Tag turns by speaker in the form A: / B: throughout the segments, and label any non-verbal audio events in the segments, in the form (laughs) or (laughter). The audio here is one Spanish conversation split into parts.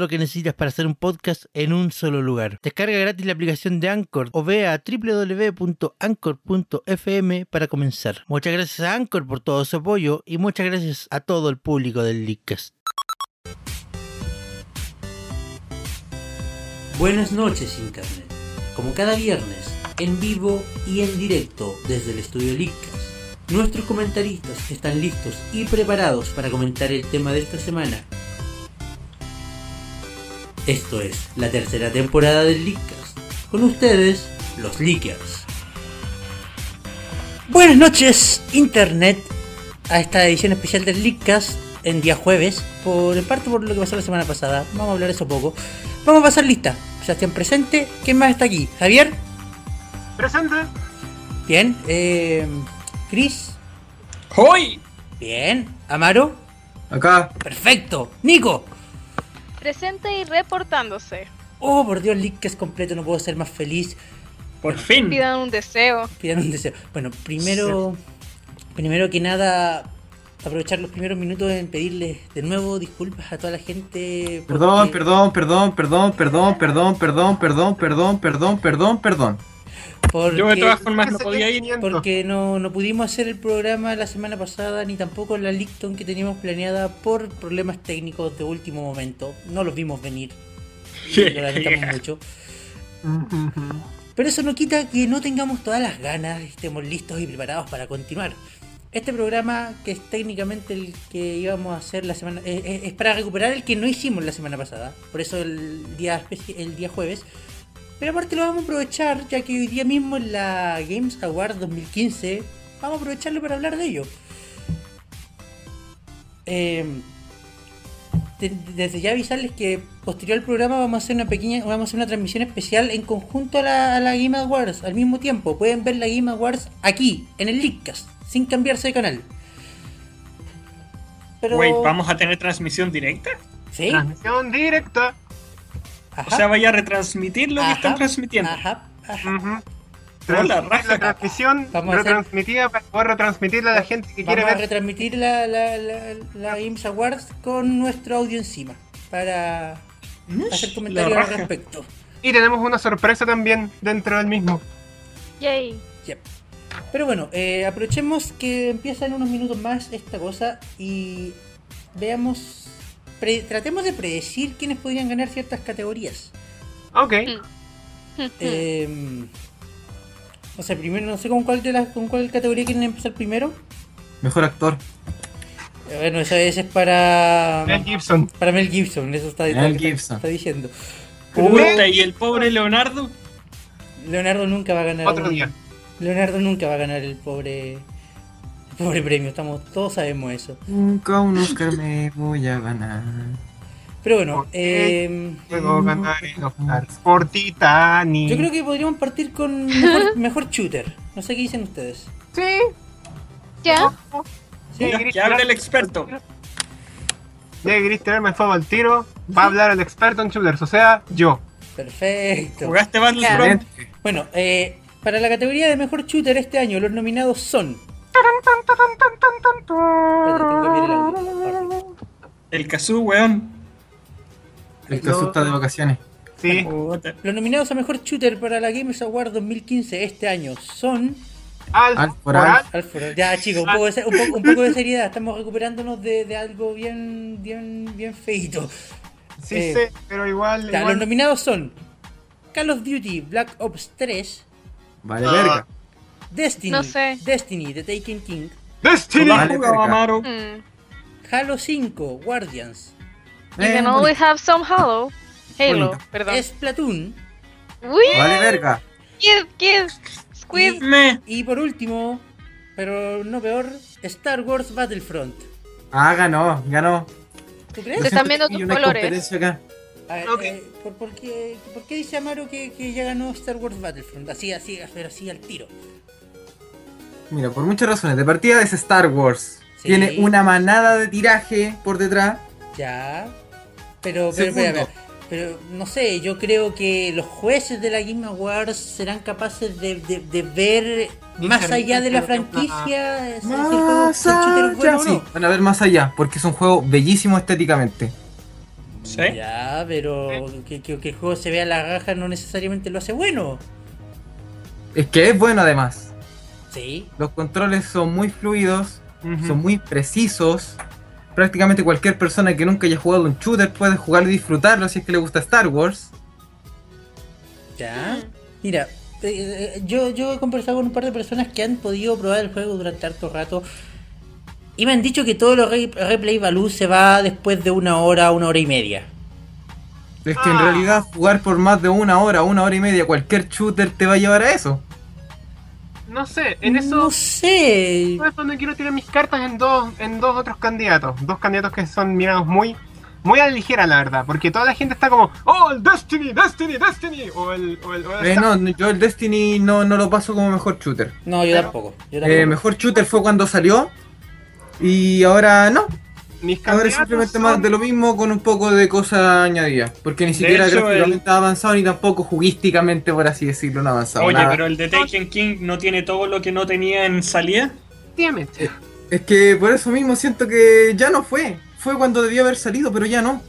A: lo que necesitas para hacer un podcast en un solo lugar. Descarga gratis la aplicación de Anchor o ve a www.anchor.fm para comenzar. Muchas gracias a Anchor por todo su apoyo y muchas gracias a todo el público del Leadcast.
B: Buenas noches Internet, como cada viernes, en vivo y en directo desde el estudio Lickcast. Nuestros comentaristas están listos y preparados para comentar el tema de esta semana. Esto es la tercera temporada del Lickcast. Con ustedes, los Lickers. Buenas noches Internet, a esta edición especial del Lickcast en día jueves, por en parte por lo que pasó la semana pasada, vamos a hablar eso poco. Vamos a pasar lista. Sebastián presente. ¿Quién más está aquí? Javier.
C: Presente.
B: Bien. Eh, Chris.
D: ¡Hoy!
B: Bien. Amaro.
D: Acá.
B: Perfecto. Nico.
E: Presente y reportándose.
B: Oh, por Dios, link que es completo. No puedo ser más feliz.
D: Por
C: Hmm.
D: fin.
E: Pidan un deseo.
B: Pidan un deseo. Bueno, primero, primero que nada, aprovechar los primeros minutos en pedirles de nuevo disculpas a toda la gente.
D: Perdón,
B: porque-
D: perdón, perdón, perdón, perdón, perdón, perdón, perdón, perdón, perdón, perdón, perdón.
B: porque-
D: Yo de todas formas no
C: Ese
D: podía ir.
C: 500.
B: Porque no, no pudimos hacer el programa la semana pasada, ni tampoco la Licton que teníamos planeada por problemas técnicos de último momento. No los vimos venir. y lo lamentamos mucho. Pero eso no quita que no tengamos todas las ganas, estemos listos y preparados para continuar. Este programa, que es técnicamente el que íbamos a hacer la semana. eh, eh, es para recuperar el que no hicimos la semana pasada. Por eso el día, especi- el día jueves. Pero aparte lo vamos a aprovechar, ya que hoy día mismo en la Games Award 2015. Vamos a aprovecharlo para hablar de ello. Em, de- desde ya avisarles que posterior al programa vamos a hacer una pequeña vamos a hacer una transmisión especial en conjunto a la, a la Game Awards al mismo tiempo pueden ver la Game Awards aquí en el Linkcast sin cambiarse de canal pero
F: Wait, ¿vamos a tener transmisión directa?
B: sí
C: Transmisión directa.
B: ajá,
F: O sea, vaya a retransmitir lo
B: Ajá.
F: que están transmitiendo.
B: ajá, ajá.
C: Ujú.
F: Hola,
C: Transmitir
F: raja.
C: la transmisión
B: Vamos a hacer-
C: retransmitida para poder retransmitirla a la gente que quiere
B: vamos a
C: ver.
B: retransmitir la la, la, la Games Awards con nuestro audio encima para
F: Mm,
B: hacer
F: la
B: comentarios al
F: raja.
B: respecto
C: Y tenemos una sorpresa también dentro del mismo.
E: (laughs) Yay.
B: Yep. Pero bueno, eh, aprovechemos que empieza en unos minutos más esta cosa y veamos, pre- tratemos de predecir quiénes podrían ganar ciertas categorías.
C: Ok. Hmm.
B: Eh, o sea, primero no sé con cuál de las, con cuál categoría quieren empezar primero.
D: Mejor actor.
B: Eh, Bueno, eso es, es para
C: Mel Gibson.
B: para Mel Gibson, eso está, está-
D: Mel
B: está-
D: Gibson.
B: está diciendo.
F: Puta, y el pobre Leonardo.
B: Leonardo nunca va a ganar.
C: Otro
B: un-
C: día.
B: Leonardo nunca va a ganar el pobre el pobre premio, estamos todos sabemos eso.
D: Nunca un Oscar me voy a ganar.
B: Pero bueno,
C: Ok.
B: eh,
C: Luego ganar el Oscar por Titanic.
B: Yo creo que podríamos partir con mejor, mejor shooter. No sé qué dicen ustedes.
C: Sí.
E: Ya.
B: ¿Sí?
C: Sí.
F: Que hable el experto.
C: Ya que querés tirarme fuego al tiro, va a hablar el experto en shooters, o sea, yo.
B: Perfecto.
F: ¿Jugaste Battlefront?
D: Excelente.
B: Bueno, eh, para la categoría de mejor shooter este año, los nominados son. Espérate, tengo que abrir el audio.
F: El Kazoo, weón.
D: El caso está de vacaciones.
C: Sí.
F: Puta.
B: Los nominados a mejor shooter para la Games Award 2015 este año son.
C: Al
D: Al Foral.
B: Alfred. Ya, chicos, un poco, de, se- un poco- un poco de seriedad. Estamos recuperándonos de, de algo bien, bien, bien feito.
C: Sí
B: Eh,
C: sé, pero igual.
B: Ya,
C: igual-
B: los nominados son. Call of Duty Black Ops 3,
D: Vale,
C: Ah.
D: verga.
B: Destiny,
E: No sé.
B: Destiny The Taken King,
F: Tú
C: Destiny.
F: la
D: Vale,
F: jugabas,
D: verga.
F: Amaro.
E: Mm.
B: Halo 5, Guardians,
E: You can
D: Eh,
E: always have some Halo. Halo,
D: Bonito.
E: perdón.
B: Splatoon,
E: Uy,
D: Vale, verga.
E: Kid, Kid, Squid.
F: Me.
B: Y por último, pero no peor, Star Wars Battlefront.
D: Ah, ganó, ganó.
B: ¿Tú
E: Te
B: crees?
E: están viendo
D: Y
E: tus
D: una
E: colores.
D: competencia acá.
B: A ver,
C: Pues Ok.
B: eh, ¿por, por qué, por qué dice Amaro que, que ya ganó Star Wars Battlefront? Así, así, pero así al tiro.
D: Mira, por muchas razones. De partida es Star Wars.
B: Sí.
D: Tiene una manada de tiraje por detrás.
B: Ya. Pero, pero,
D: Segundo.
B: pero, pero, pero, no sé, yo creo que los jueces de la Game Awards serán capaces de, de- de ver más allá de la franquicia eh, si el juego es
D: Más
B: un shooter
D: allá.
B: bueno o
D: Sí,
B: no.
D: van a ver más allá, porque es un juego bellísimo estéticamente.
F: Sí.
B: Ya, pero que, que- que el juego se vea la raja no necesariamente lo hace bueno.
D: Es que es bueno además.
B: Sí.
D: Los controles son muy fluidos,
C: Ujú.
D: son muy precisos. Prácticamente cualquier persona que nunca haya jugado un shooter puede jugarlo y disfrutarlo si es que le gusta Star Wars.
B: Ya. Mira, eh, eh, yo, yo he conversado con un par de personas que han podido probar el juego durante harto rato y me han dicho que todo lo re- replay value se va después de una hora, una hora y media.
D: Es que en
F: Ah.
D: realidad jugar por más de una hora, una hora y media, cualquier shooter te va a llevar a eso.
C: No sé, en eso.
B: No sé.
D: Pues,
C: Eso es donde quiero tirar mis cartas en dos, en dos otros candidatos. Dos candidatos que son mirados muy, muy a la ligera, la verdad. Porque toda la gente está como, oh, el Destiny, Destiny, Destiny. O el. O el, o el
D: Eh, no, yo el Destiny no, no lo paso como mejor shooter.
B: No, yo
C: Pero-
B: tampoco. Yo tampoco.
D: Eh, mejor shooter fue cuando salió. Y ahora no.
C: Mis
D: Ahora
C: candidatos.
D: es simplemente más
C: son-
D: de lo mismo con un poco de cosa añadida. Porque ni siquiera
F: hecho,
D: gráficamente ha avanzado ni tampoco juguísticamente, por así decirlo, no ha avanzado.
F: Oye,
D: nada.
F: pero el de Taken King no tiene todo lo que no tenía en salida.
C: Damn it.
D: eh. Es que por eso mismo siento que ya no fue. Fue cuando debió haber salido, pero ya no.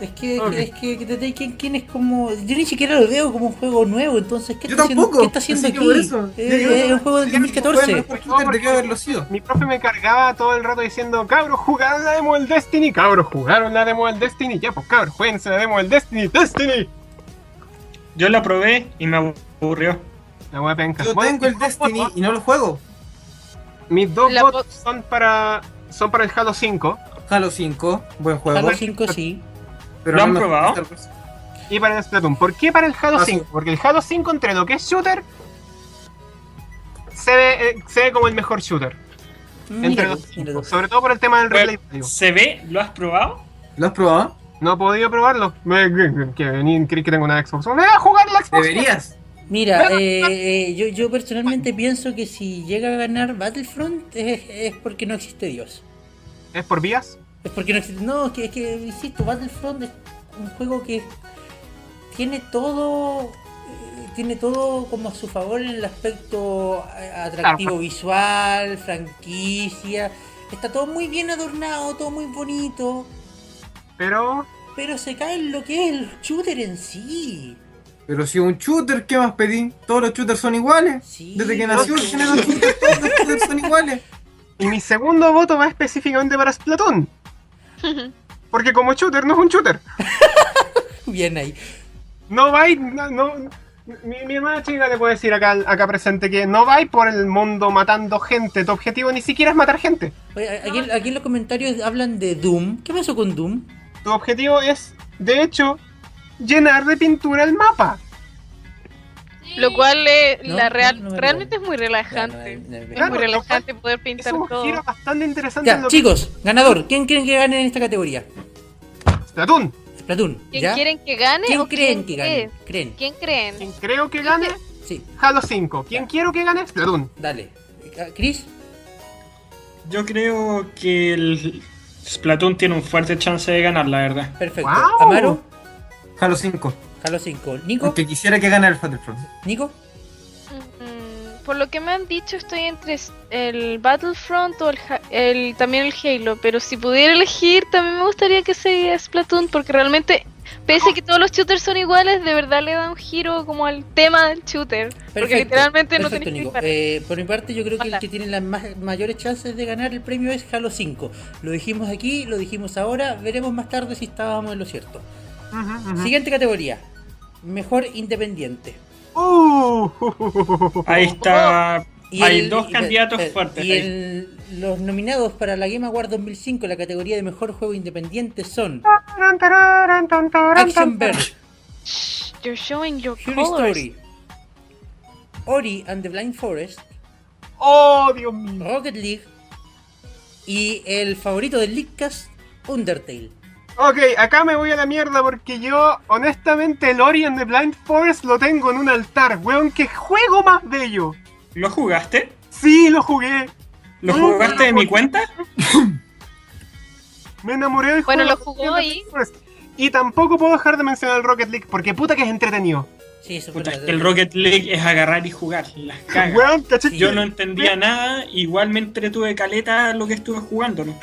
B: Es que,
C: Ok.
B: es que, que The Taken King es como. Yo ni siquiera lo veo como un juego nuevo, entonces, ¿qué,
D: Yo
B: está, haciendo,
D: tampoco,
B: ¿qué está haciendo
D: así que
B: aquí?
D: por eso.
B: Eh,
D: Yo- yo-
B: es un juego del
D: Ya no fue el
B: 2014.
D: mejor shooter, debió haberlo sido.
C: Mi profe me cargaba todo el rato diciendo, cabros, jugaron la demo del Destiny. Cabros, jugaron la demo del Destiny. Ya, pues cabros, jueguense la demo del Destiny. Destiny.
F: Yo la probé y me aburrió.
C: La wea penca.
D: Yo
C: Bueno,
D: tengo el
C: mis dos
D: Destiny
C: votos-
D: y no lo juego.
C: Mis dos
E: La
C: votos son para, son para el Halo 5
D: Halo 5, buen juego.
B: Halo 5 sí.
D: Pero
F: ¿Lo han
D: no me gusta
F: probado?
D: Star Wars.
C: y para el Splatoon. ¿Por qué para el Halo
D: Ah, sí.
C: 5? Porque el Halo 5, entre lo que es shooter, se ve, eh, se ve como el mejor shooter. Entre
B: Mira,
C: los
B: mira
C: cinco,
B: tú.
C: sobre todo por el tema del replay. value.
F: ¿Se ve? ¿Lo has probado?
D: ¿Lo has probado?
C: No he podido probarlo. Me- Que vení, creí que tengo una Xbox. ¡Voy a jugar la Xbox!
D: Deberías.
B: Mira, eh, eh, yo, yo personalmente pienso que si llega a ganar Battlefront es, es porque no existe Dios.
C: ¿Es por vías?
B: Es porque no existe. No, es que, es que insisto, Battlefront es un juego que tiene todo. eh, Tiene todo como a su favor en el aspecto eh, atractivo visual, franquicia. Está todo muy bien adornado, todo muy bonito.
C: Pero...
B: Pero se cae en lo que es el shooter en sí. (laughs)
D: Pero si un shooter, ¿qué más pedí? Todos los shooters son iguales.
B: Sí,
D: Desde que nació el
B: pero-
D: género shooter, todos los shooters son iguales.
C: Y mi segundo voto va específicamente
B: (laughs)
C: para Splatoon. Porque como shooter no es un shooter.
B: Bien ahí.
C: No va a ir- No, no- mi, mi hermana chica le puede decir acá, acá presente que no va a ir por el mundo matando gente. Tu objetivo ni siquiera es matar gente.
B: Oye, a- Aquí, aquí en los comentarios hablan de Doom. ¿Qué pasó con Doom?
C: Tu objetivo es, de hecho, llenar de pintura el mapa.
E: Lo cual eh,
B: No,
E: la real,
B: no, no me
E: realmente es muy
B: Ya, no,
E: relajante.
B: no, no,
E: Es
C: Claro,
E: muy
C: lo
E: relajante poder
C: Es
E: pintar
C: un giro
E: todo.
C: bastante interesante en
B: Ya,
C: lo que-
B: chicos, ganador. ¿Quién creen que gane en esta categoría?
C: Splatoon.
B: Splatoon.
E: ¿Quién
B: ¿ya?
E: quieren que gane?
B: ¿Quién
E: o
B: creen
E: quién
B: que
E: cree?
B: gane? ¿Creen?
E: ¿Quién creen?
C: Quien creo que gane,
B: Sí,
C: Halo 5. Quien quiero que gane, Splatoon.
B: dale. Eh, ¿Chris?
F: Yo creo que el Splatoon tiene un fuerte chance de ganar, la verdad.
B: Perfecto.
C: ¡Guau!
B: Amaro,
D: Halo 5.
B: Halo 5. ¿Nico?
D: Aunque quisiera que ganara el Battlefront.
B: ¿Nico?
E: Mm, Por lo que me han dicho, estoy entre s- el Battlefront o el, Ha- el- también el Halo. Pero si pudiera elegir, también me gustaría que sea Splatoon. Porque realmente, pese a que todos los shooters son iguales, de verdad le da un giro como al tema del shooter. porque
B: Perfecto,
E: literalmente no
B: perfecto,
E: tenés que
B: Nico.
E: disparar.
B: Eh, por mi parte, yo creo que el
E: Hola.
B: que tiene las ma- mayores chances de ganar el premio es Halo 5. Lo dijimos aquí, lo dijimos ahora. Veremos más tarde si estábamos en lo cierto.
C: Ujú, ujú.
B: Siguiente categoría. Mejor independiente.
C: Uh,
F: Ahí está.
B: oh. Y
F: Hay
B: el-
F: dos
B: y-
F: candidatos
B: eh,
F: fuertes.
B: Y
F: ahí.
B: el- los nominados para la Game Award 2005 en la categoría de mejor juego independiente son
C: Taran, taran, tan, taran,
B: Action
C: tan.
B: Verge,
E: Shh, You're showing your
B: Fury
E: colors.
B: Story, Ori and the Blind Forest,
C: ¡Oh, Dios mío!
B: Rocket League y el favorito del Leaguecast, Undertale.
C: Ok, acá me voy a la mierda porque yo, honestamente, el Ori and the Blind Forest lo tengo en un altar. Weón, qué juego más bello.
F: ¿Lo jugaste?
C: Sí, lo jugué.
F: ¿Lo
C: Mm,
F: jugaste de
C: no,
F: mi cuenta?
C: Me enamoré del
E: Bueno,
C: juego.
E: lo jugó y-
C: Forest. Y tampoco puedo dejar de mencionar el Rocket League porque puta que es entretenido.
B: Sí, eso fue
F: Puta, es
B: verdad.
F: que el Rocket League es agarrar y jugar, las cagas.
C: Weón, caché que
F: Yo no entendía nada, igual me entretuve caleta lo que estuve jugando. ¿no?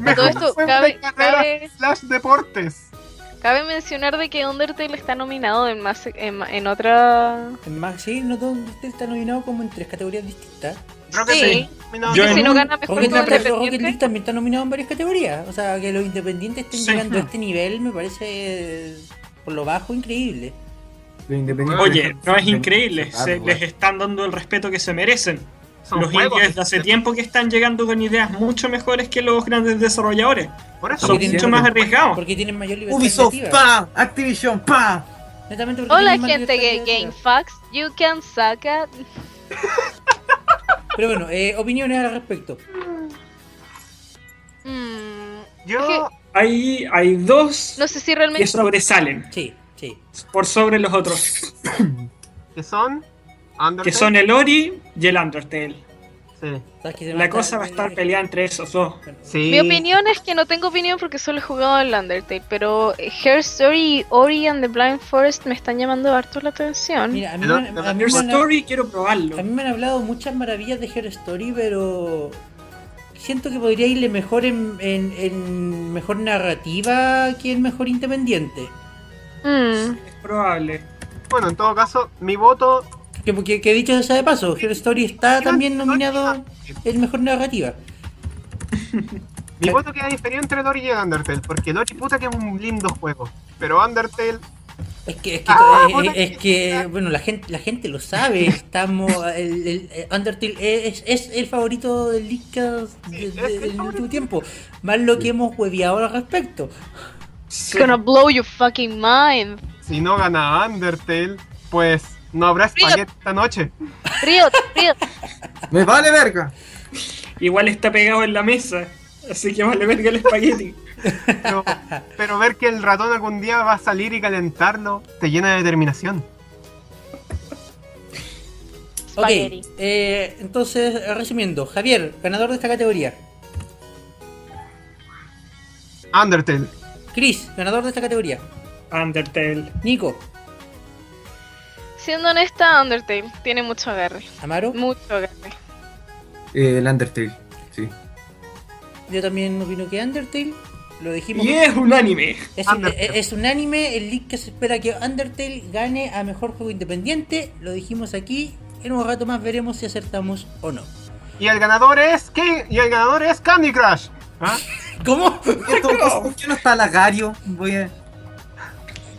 C: mejor
E: Todo esto
C: fue
E: cabe-
C: de carreras
E: cabe-
C: slash deportes.
E: Cabe mencionar de que Undertale está nominado en más en, en otra
B: Más, sí, no todo usted está nominado como en tres categorías distintas.
C: Rocket
E: Sí.
C: League. No,
F: Yo
E: que
F: en
E: si no
F: un-
E: gana mejor
B: Rocket, League,
E: juego
B: pero Rocket League
E: independiente.
B: también está nominado en varias categorías. O sea, que los independientes estén
F: Sí. Hmm.
B: llegando a este nivel me parece, eh, por lo bajo, increíble.
F: Oye, no es increíble, se- les están dando el respeto que se merecen.
C: Son
F: los
C: juegos.
F: indios desde hace tiempo que están llegando con ideas mucho mejores que los grandes desarrolladores.
C: Por eso.
F: Son
B: Porque
F: mucho
D: tienen-
F: más arriesgados.
B: Porque tienen mayor libertad
D: Ubisoft,
B: creativa.
D: pa, Activision, pa.
B: Netamente porque
E: Hola
B: tienen mayor
E: gente
B: libertad
E: que
B: creativa.
E: Game Facts, you can suck at-
B: Pero bueno, eh, opiniones al respecto.
E: Mm,
C: Yo,
F: Hay, hay dos
E: no sé si
F: que
E: realmente
F: sobresalen
B: Sí, sí.
F: por sobre los otros,
C: que son. Undertale.
F: que son el Ori y el Undertale.
C: Sí.
B: Sabes que se
F: La cosa va a estar peleada entre esos dos.
B: eh, Bueno,
C: Sí.
E: Mi opinión es que no tengo opinión porque solo he jugado al Undertale, pero eh, Her Story y Ori and the Blind Forest me están llamando harto la atención.
B: Mira, a mí,
C: No,
B: me, han-
C: no,
B: a mí
F: Your
B: me han-
F: Story quiero
B: a
F: probarlo.
B: mí me han hablado muchas maravillas de Her Story, pero siento que podría irle mejor en, en- en mejor narrativa que en mejor independiente.
E: Mm.
F: Es probable.
C: Bueno, en todo caso, mi voto.
B: Que, que, que dicho sea de paso, Her Story está también nominado en mejor narrativa.
C: Mi voto queda diferente entre el Ori y el Undertale. Porque el Ori, puta que es un lindo juego. Pero Undertale.
B: Es que, es que,
C: Ah,
B: eh,
C: bueno,
B: es que, bueno, la gente, la gente lo sabe. Estamos, el, el- eh, Undertale es, es el favorito del Leadcast
C: Sí,
B: de-
C: es
B: de- del
C: el favorito.
B: último tiempo. Más lo que hemos hueveado al respecto.
E: It's gonna blow your fucking mind.
C: Si no gana Undertale, pues no habrá espagueti esta noche.
E: Riot, Riot.
D: Me vale verga.
F: Igual está pegado en la mesa, así que vale verga el espagueti.
C: Pero, pero ver que el ratón algún día va a salir y calentarlo te llena de determinación.
B: Ok,
E: Spaghetti.
B: eh, entonces, resumiendo, Javier, ganador de esta categoría.
C: Undertale.
B: Chris, ganador de esta categoría.
F: Undertale.
B: Nico,
E: Siendo honesta, Undertale tiene mucho agarre.
B: Amaro,
E: Mucho agarre.
D: Eh, el Undertale, sí.
B: yo también opino que Undertale, lo dijimos.
F: Y es unánime.
B: Es, un,
C: Undertale.
B: es un anime, el link que se espera que Undertale gane a mejor juego independiente. Lo dijimos aquí. En un rato más veremos si acertamos o no. (laughs)
C: Y el ganador es. ¿Qué? Y el ganador es Candy Crush. ¿Ah?
B: ¿Cómo?
D: Esto, ¿Por qué no está Lagario? Voy a...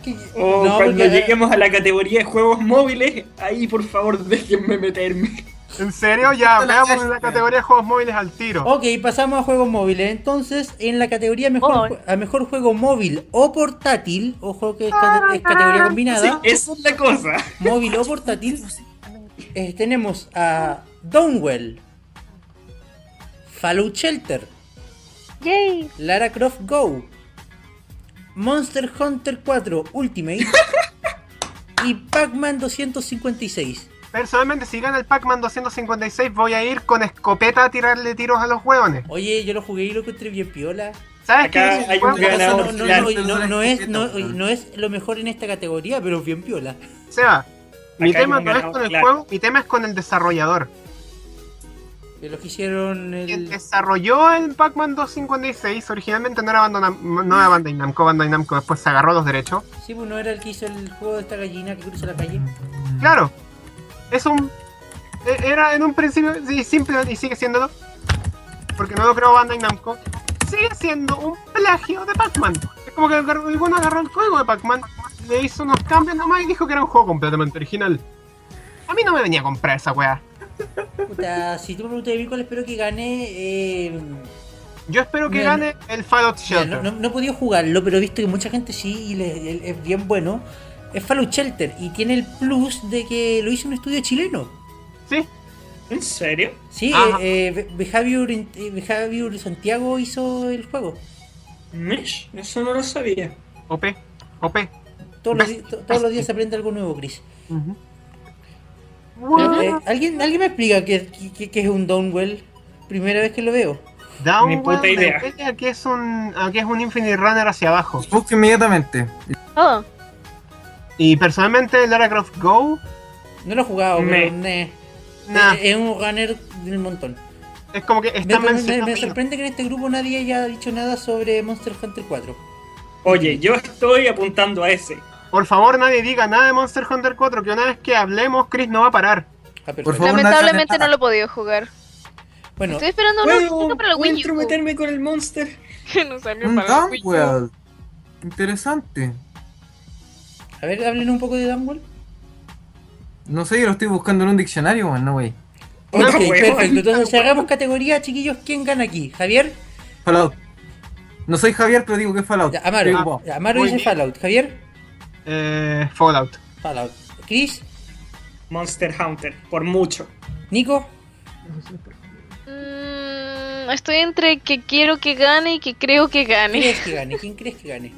B: ¿Qué-
F: O
B: no,
F: cuando
B: porque-
F: lleguemos a la categoría de juegos móviles, ahí por favor déjenme meterme.
C: ¿En serio? Ya, veamos la categoría de juegos móviles al tiro.
B: Ok, pasamos a juegos móviles. Entonces, en la categoría mejor,
E: Oh.
B: jue- a mejor juego móvil o portátil, ojo que es, cate- es categoría combinada,
F: Esa es la cosa.
B: móvil o portátil, eh, tenemos a Downwell, Fallout Shelter,
E: Yay.
B: Lara Croft Go, Monster Hunter 4 Ultimate y Pac-Man 256.
C: Personalmente, si gana el Pac-Man 256, voy a ir con escopeta a tirarle tiros a los hueones.
B: Oye, yo lo jugué y lo encontré bien piola.
C: ¿Sabes
F: Acá
C: qué?
F: hay un
C: Juego-
B: O sea,
F: ganador.
B: no, no,
F: claro.
B: no, no- no es, no, no es lo mejor en esta categoría, pero bien piola.
C: Seba, mi
F: Acá hay
C: tema
F: un
C: no es
F: ganador,
C: con el
F: claro.
C: juego, mi tema es con el desarrollador.
B: De los que hicieron
C: Quien
B: el...
C: desarrolló el Pac-Man 256 originalmente no era, Bandai- no era Bandai Namco, Bandai Namco después se agarró los derechos.
B: Sí, pues no era el que hizo el juego de esta gallina que cruza la calle.
C: Claro, es un. e- Era en un principio, sí, simple y sigue siéndolo, porque no lo creó Bandai Namco, sigue siendo un plagio de Pac-Man. Es como que agarró- alguno agarró el código de Pac-Man, le hizo unos cambios nomás y dijo que era un juego completamente original. A mí no me venía a comprar esa weá.
B: Puta, si tú me preguntas a mí cuál espero que gane... eh,
C: Yo espero que
B: Mira,
C: gane el Fallout
B: mira,
C: Shelter.
B: no, no- no he podido jugarlo, pero he visto que mucha gente sí y le- le- es bien bueno. Es Fallout Shelter y tiene el plus de que lo hizo un estudio chileno.
C: Sí,
F: ¿En serio?
B: Sí,
C: Ajá.
B: eh, eh, Be- Behavior, in- eh, Behavior Santiago hizo el juego.
F: Mesh, eso no lo sabía.
C: OP, OP.
B: Todos los, di- to- todos los días se aprende algo nuevo, Chris.
C: Ujú.
B: Eh, ¿alguien, ¿Alguien me explica qué, qué- qué es un Downwell? Primera vez que lo veo.
C: Down
F: Ni puta
C: Wild me
F: idea.
C: enseña que es un a que es un Infinite Runner hacia abajo.
D: Busca inmediatamente.
E: Oh,
C: Y personalmente Lara Croft Go,
B: No lo he jugado,
F: Me-
B: pero ne.
C: nah,
B: Eh, es un runner del montón.
C: es como que
B: Me,
C: está
B: me- me- me
C: mencionado.
B: sorprende que en este grupo nadie haya dicho nada sobre Monster Hunter 4.
F: Oye, yo estoy apuntando a ese.
C: Por favor, nadie diga nada de Monster Hunter 4, que una vez que hablemos, Chris no va a parar.
B: Ah, perfecto.
D: Por favor.
E: lamentablemente
D: nada.
E: no lo he podido jugar.
B: Bueno,
E: Estoy esperando una
F: ¿Puedo,
E: noticia para la
F: ¿puedo
E: Wii U.
F: intrometerme con el monster?
E: (laughs) Que no salió
D: Un
E: para la Wii U.
D: Dunwell. Interesante.
B: a ver, hablen un poco de Downwell.
D: No sé, yo lo estoy buscando en un diccionario, weón, no wey.
F: No,
B: Ok,
F: weón.
B: perfecto. Entonces, si hagamos categoría, chiquillos, ¿quién gana aquí? ¿Javier?
D: Fallout. No soy Javier, pero digo que es Fallout.
B: Ya,
D: Estoy
B: Amaro.
D: ocupado.
B: Ya, Amaro
C: Muy
B: dice
C: bien.
B: Fallout. ¿Javier?
C: Eh, Fallout.
B: Fallout. ¿Chris?
F: Monster Hunter, por mucho.
B: ¿Nico?
E: Mm, estoy entre que quiero que gane y que creo que
B: ¿Quién
E: gane.
B: crees que gane? ¿Quién crees que gane?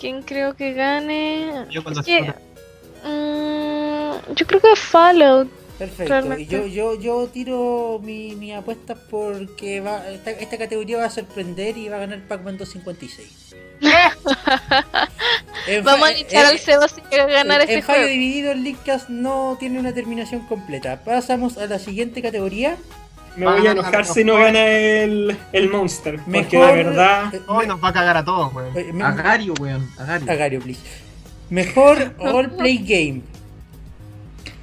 E: ¿Quién creo que gane?
C: Yo cuando
E: Es que,
C: explote.
E: mm, yo creo que Fallout.
B: Perfecto.
E: Realmente.
B: Y Yo, yo, yo tiro mi, mi apuesta porque va, esta, esta categoría va a sorprender y va a ganar Pac-Man 256. En fa-
E: Ah, Vamos a echar
B: eh,
E: al Seba si quiere ganar
B: en-
E: este
B: En fallo
E: juego.
B: dividido, el Leadcast no tiene una terminación completa. Pasamos a la siguiente categoría.
F: Me voy a
C: Ah,
F: enojar
C: no.
F: si no gana el, el monster. Porque
B: Mejor-
F: la verdad.
B: eh,
C: Hoy nos va a cagar a todos, weón.
B: eh, me-
D: Agario, weón. Agario.
B: Agario, please. Mejor roleplay game.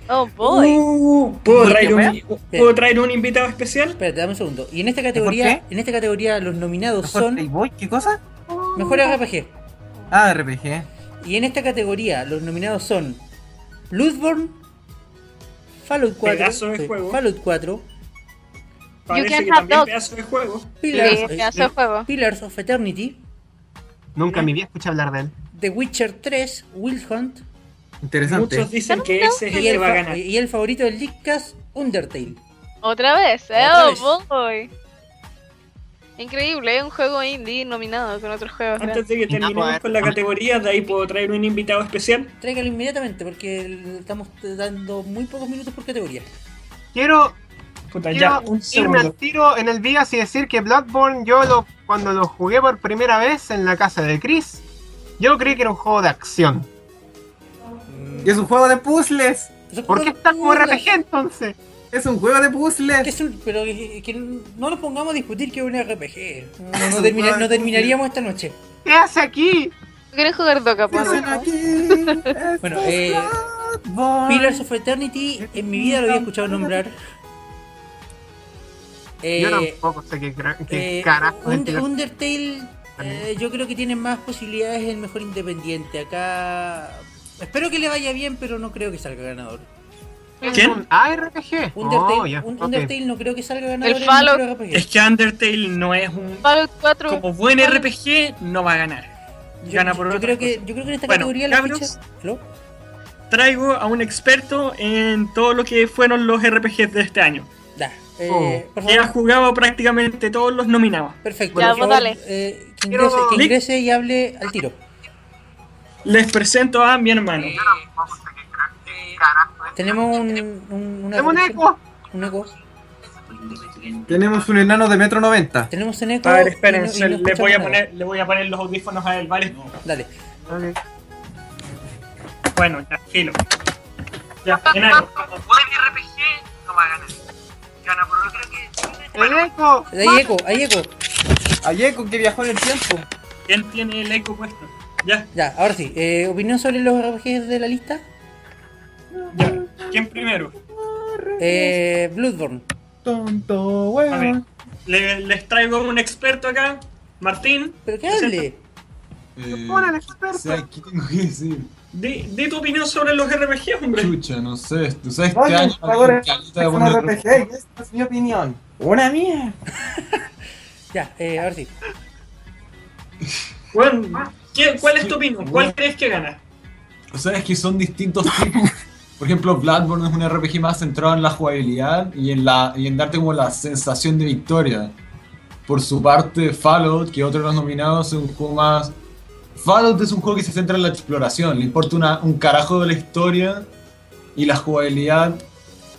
E: Oh boy.
F: Uh, ¿puedo,
D: Porque
F: traer
D: me-
F: un, ¿Puedo traer un invitado especial?
B: Espérate, dame un segundo. Y en esta categoría, en esta categoría los nominados
D: Mejor
B: son
D: Playboy, ¿qué cosa?
B: Mejor RPG.
D: Ah, RPG.
B: Y en esta categoría los nominados son Bloodborne, Fallout 4,
F: Pedazo de
B: sí,
F: juego.
B: Fallout 4,
F: Parece
E: can
F: que
E: have
F: también
E: dogs.
F: pedazo de juego.
B: Pillars, eh,
E: Sí, pedazo de juego.
B: Pillars of Eternity,
C: Nunca en mi vida escuché hablar de él.
B: The Witcher 3, Will Hunt
D: Interesante.
F: Muchos dicen que (laughs) ese es el
B: y
F: que
B: el,
F: va a
B: fa-
F: ganar.
B: y el favorito del Leadcast, Undertale.
E: Otra vez, eh.
B: Otra
E: oh boy. Increíble, es un juego indie nominado con otros juegos.
F: Antes de que
C: Nada,
F: terminemos
C: weón.
F: con la categoría, de ahí puedo traer un invitado especial.
B: Tráigalo inmediatamente porque el- estamos dando muy pocos minutos por categoría.
C: Quiero,
F: Puta, ya,
C: quiero
F: un
C: irme al
F: segundo.
C: tiro en el día y decir que Bloodborne, yo lo, cuando lo jugué por primera vez en la casa de Chris, yo creí que era un juego de acción.
D: Y es un juego de puzzles.
C: ¿Por qué está como RPG entonces?
D: Es un juego de puzzles.
B: Que es un- pero que, que no nos pongamos a discutir que es un RPG. No, no
D: un
B: termina-
D: juego de
B: no terminaríamos esta noche.
C: ¿Qué hace aquí?
E: ¿Quieren jugar Doca,
D: ¿Qué
E: por
D: hacen
B: (laughs)
E: favor?
D: aquí?
B: Bueno,
D: Esto es
B: eh,
D: Bloodborne.
B: Pillars of Eternity, en mi vida lo había escuchado nombrar. Eh,
C: yo tampoco sé qué, gra- qué
B: eh,
C: carajo es
B: Und-
C: tirar-
B: Undertale, eh, yo creo que tiene más posibilidades el mejor independiente. Acá. Espero que le vaya bien, pero no creo que salga ganador.
C: ¿Es
F: ¿Quién?
C: un ARPG?
B: Undertale,
C: Oh, ya,
B: un-
C: ok.
B: Undertale no creo que salga ganador.
E: El
B: en
E: Fallout.
B: mejor RPG.
F: Es que Undertale no es un.
E: Fallout 4.
F: Como buen RPG, no va a ganar.
B: Yo-
F: Gana
B: yo-
F: por
B: yo
F: otra
B: creo que, yo creo que en esta
F: Bueno,
B: categoría la
F: cabros.
B: ficha. ¿Aló?
F: Traigo a un experto en todo lo que fueron los RPGs de este año.
B: Da, eh,
C: Oh.
B: por
F: Que ha
B: favor.
F: jugado prácticamente todos los nominados.
B: Perfecto.
E: Ya,
B: por favor,
E: vos dale.
B: eh, que,
C: Quiero-
B: ingrese, que ingrese y hable al tiro.
F: Les presento a mi hermano.
B: Tenemos un, un, una
C: Tengo un
B: conexión-
C: eco.
B: un eco.
D: Tenemos un enano de metro 90.
B: Tenemos un eco.
F: A ver,
B: y no-
F: espérense,
B: y no
F: les voy a
B: escuchamos nada.
F: poner, les voy a poner los audífonos a él, ¿vale?
B: Dale.
C: Ok.
F: Bueno, ya, filo. Ya, enano.
C: ¡El eco!
B: Hay eco, hay eco.
D: Ayeco que viajó en el tiempo.
F: ¿Quién tiene el eco puesto? Ya,
B: Ya, ahora sí. eh, ¿Opinión sobre los RPGs de la lista?
F: ya. ¿Quién primero?
B: Eh, Bloodborne.
D: Tonto,
F: A ver,
D: weón.
F: le- les traigo un experto acá, Martín.
B: Pero que hable.
G: Eh,
C: Hola, el
G: o
C: experto.
G: sea, ¿qué tengo que decir?
F: Di, di tu opinión sobre los RPG, hombre.
G: Chucha, no sé. Tú sabes, este
D: Oye,
G: año
D: por favor,
G: hay
D: es
G: caleta de
D: un
G: buenos
D: RPG y esta es mi opinión. Una mía.
B: Ya, eh, ahora sí.
F: Bueno, ¿qué- ¿Cuál es tu opinión? ¿Cuál crees que gana?
G: O sea, es que son distintos tipos. Por ejemplo, Bloodborne es un RPG más centrado en la jugabilidad y en, la, y en darte como la sensación de victoria. Por su parte, Fallout, que otro de los nominados, es un juego más... Fallout es un juego que se centra en la exploración, le importa una- un carajo de la historia y la jugabilidad,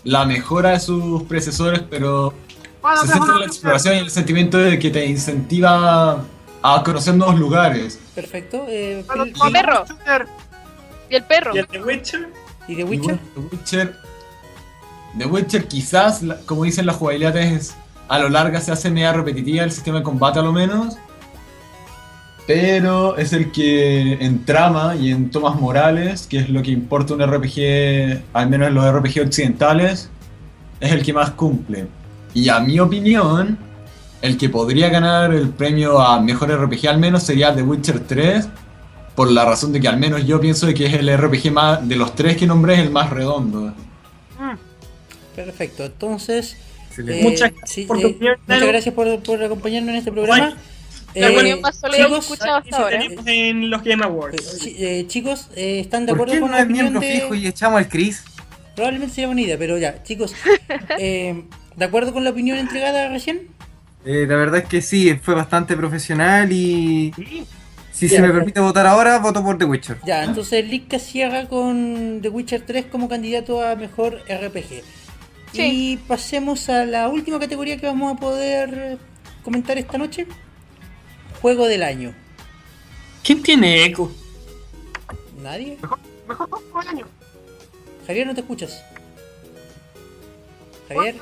G: la mejora de sus predecesores, pero
C: Bueno,
G: se
C: pero
G: centra en la
C: bueno,
G: exploración y en el sentimiento de que te incentiva a conocer nuevos lugares.
B: Perfecto. eh,
C: bueno,
B: Bill-
C: bueno,
E: Perro.
C: shooter.
E: Y el perro.
F: ¿Y el The Witcher?
B: ¿Y The Witcher?
G: The Witcher. The Witcher quizás, la- como dicen, la jugabilidad es a lo larga se hace media repetitiva el sistema de combate a lo menos. Pero es el que en trama y en tomas morales, que es lo que importa un RPG, al menos en los RPG occidentales, es el que más cumple. Y a mi opinión, el que podría ganar el premio a mejor RPG al menos sería The Witcher 3, por la razón de que al menos yo pienso de que es el RPG más de los tres que nombré es el más redondo.
B: Perfecto. Entonces,
D: Excelente.
B: Eh,
F: Muchas gracias
B: sí,
F: por
B: eh,
F: tu opinión,
B: muchas
F: Nano.
B: gracias por, por acompañarnos en este programa. Eh,
F: La opinión
E: más sólida que he
B: chicos,
E: escuchado hasta
F: Eso
E: ahora.
F: tenemos en los Game
B: eh,
F: Awards.
B: chi- eh, chicos, eh, ¿están de
D: ¿Por
B: acuerdo
D: qué
B: con
D: no
B: la
D: es
B: opinión
D: miembro
B: de-
D: fijo y echamos al Chris?
B: Probablemente sea buena idea, pero ya,
D: (laughs)
B: chicos, eh, ¿de acuerdo con la opinión entregada recién?
D: Eh, la verdad es que sí, fue bastante profesional y si
B: Ya.
D: se me permite votar ahora, voto por The Witcher.
B: Ya, entonces Lika cierra con The Witcher 3 como candidato a mejor RPG.
E: Sí.
B: Y pasemos a la última categoría que vamos a poder comentar esta noche. Juego del año.
F: ¿Quién tiene eco?
B: ¿Nadie?
C: Mejor juego del año.
B: Javier, no te escuchas. Javier,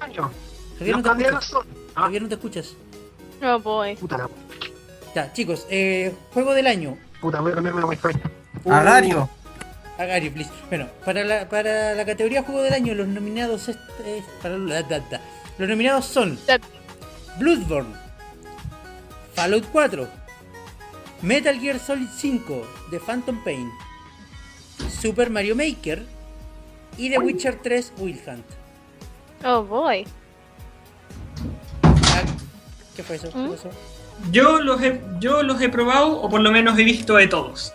C: Año.
B: Javier, no
C: Los
B: te
C: candidatos
B: escuchas.
C: son. Ah.
B: Javier, no te escuchas.
E: No, voy.
C: Puta la
B: Ya, chicos, eh, juego del año.
C: puta, voy a cambiarme la wifi.
D: Agario.
B: Agario, Ah, please. Bueno, para la, para la categoría Juego del Año, los nominados est- eh, para la- da- da. Los nominados son
E: Da-
B: Bloodborne, Fallout 4, Metal Gear Solid 5, The Phantom Pain, Super Mario Maker y The Witcher 3 Wild Hunt.
E: Oh, (laughs) voy.
B: Ah, ¿Qué fue eso? ¿Qué
E: ¿Mm?
B: pasó?
F: Yo los, he, yo los he probado, o por lo menos he visto de todos.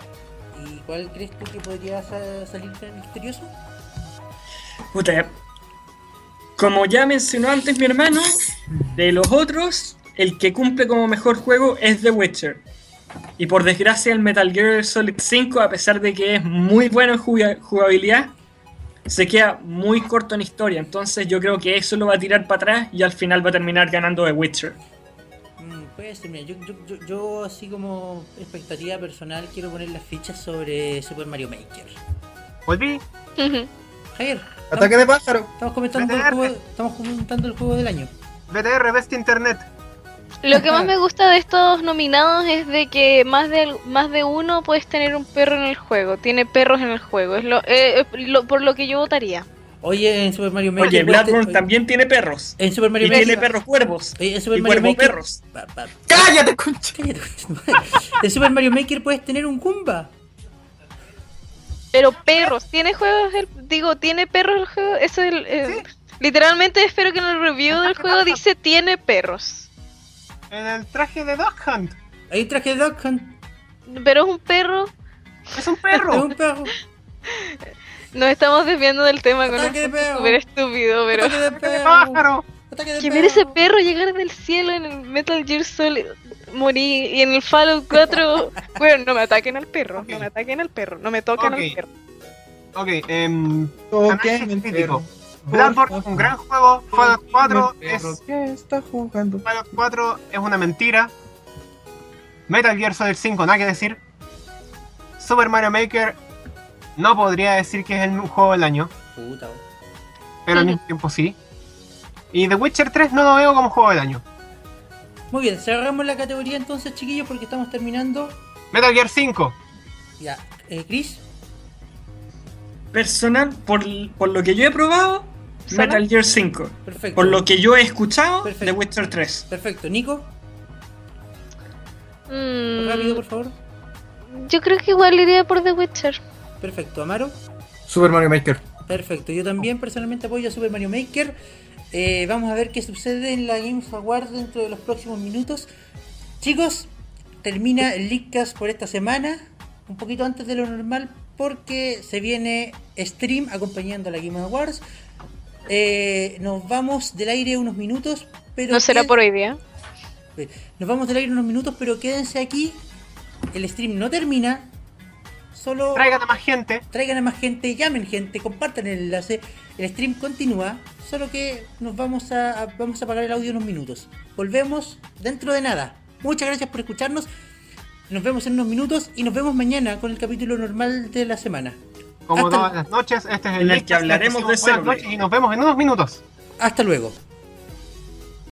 B: ¿Y cuál crees tú que podría sa- salir tan misterioso?
F: Puta, como ya mencionó antes mi hermano, de los otros, el que cumple como mejor juego es The Witcher. Y por desgracia el Metal Gear Solid 5, a pesar de que es muy bueno en juga- jugabilidad, se queda muy corto en historia. Entonces yo creo que eso lo va a tirar para atrás y al final va a terminar ganando The Witcher.
B: Mm, Puede ser, mira, yo, yo- yo- yo, así como expectativa personal quiero poner las fichas sobre Super Mario Maker.
C: Volví.
B: Javier,
D: Ataque
B: estamos,
D: de pájaro.
B: estamos comentando el
C: Ataque.
B: juego, estamos comentando el juego del año.
C: BTR, best internet.
E: Lo que más me gusta de estos nominados es de que más de, más de uno puedes tener un perro en el juego. Tiene perros en el juego. Es lo, eh, eh, lo- por lo que yo votaría.
B: Oye, en Super Mario Maker.
F: Oye,
B: puedes te-
F: Bloodborne también tiene perros.
B: En Super
F: Y
B: Mario
F: tiene
B: Maker.
F: perros cuervos.
B: Oye, en Super
F: Y
B: Mario
F: cuervos
B: Maker.
F: perros.
B: Pa- pa-
D: ¡Cállate, concha!
B: cállate, conchetumare. en Super Mario Maker puedes tener un Goomba.
E: Pero perros, tiene juegos, el- digo, tiene perros el juego. Eso es el- eh, Literalmente espero que en el review del juego dice tiene perros.
C: En el traje de Dog Hunt.
B: Hay un traje de Duck Hunt.
E: Pero es un perro.
C: Es
B: (laughs)
C: un
B: Es
C: perro.
B: un perro.
E: Nos estamos desviando del tema con
B: Ataque de
E: esto
B: perro.
E: súper estúpido, pero.
B: Ataque de
C: ¡Qué
B: perro.
C: pájaro!
B: Ataque de
E: Que
B: perro.
E: ver ese perro llegar del cielo en el Metal Gear Solid, morí. Y en el Fallout 4, bueno, no me ataquen al perro, no me ataquen al perro, no me toquen
C: Ok.
E: al perro.
C: Ok, em.
D: Ok,
C: Análisis crítico.
D: perro.
C: Bloodborne es un gran juego. Fallout 4
D: Perro,
C: es.
D: ¿Qué está jugando?
C: Fallout 4 es una mentira. Metal Gear Solid 5, nada que decir. Super Mario Maker no podría decir que es el juego del año,
B: Puta, oh.
C: pero al
E: Ujú.
C: mismo tiempo sí. Y The Witcher 3 no lo veo como juego del año.
B: Muy bien, cerramos la categoría entonces, chiquillos, porque estamos terminando.
C: Metal Gear 5,
B: Ya, eh, Chris.
F: Personal, por, por lo que yo he probado,
E: ¿Sana?
F: Metal Gear 5.
B: Perfecto.
F: Por lo que yo he escuchado,
B: Perfecto.
F: The Witcher 3.
B: Perfecto, Nico,
E: Mm,
B: rápido por favor.
E: yo creo que igual iría por The Witcher.
B: Perfecto, Amaro.
D: Super Mario Maker.
B: Perfecto, yo también personalmente apoyo a Super Mario Maker. Eh, vamos a ver qué sucede en la Games Award dentro de los próximos minutos. Chicos, termina el Leadcast por esta semana, un poquito antes de lo normal, porque se viene stream acompañando a la Game Awards. Eh, nos vamos del aire unos minutos, pero
E: No será
B: qued-
E: por hoy día.
B: Nos vamos del aire unos minutos, pero quédense aquí. El stream no termina. Solo
C: Traigan a más gente.
B: traigan a más gente, llamen gente, compartan el enlace. El stream continúa, solo que nos vamos a, a- vamos a apagar el audio unos minutos. Volvemos dentro de nada. Muchas gracias por escucharnos. Nos vemos en unos minutos y nos vemos mañana con el capítulo normal de la semana.
C: Como
B: Hasta-
C: todas las noches, este es el
F: en el que
C: podcast decimos
F: hablaremos de
C: buenas
F: Xenoblade.
C: noches y nos vemos en unos minutos.
B: Hasta luego.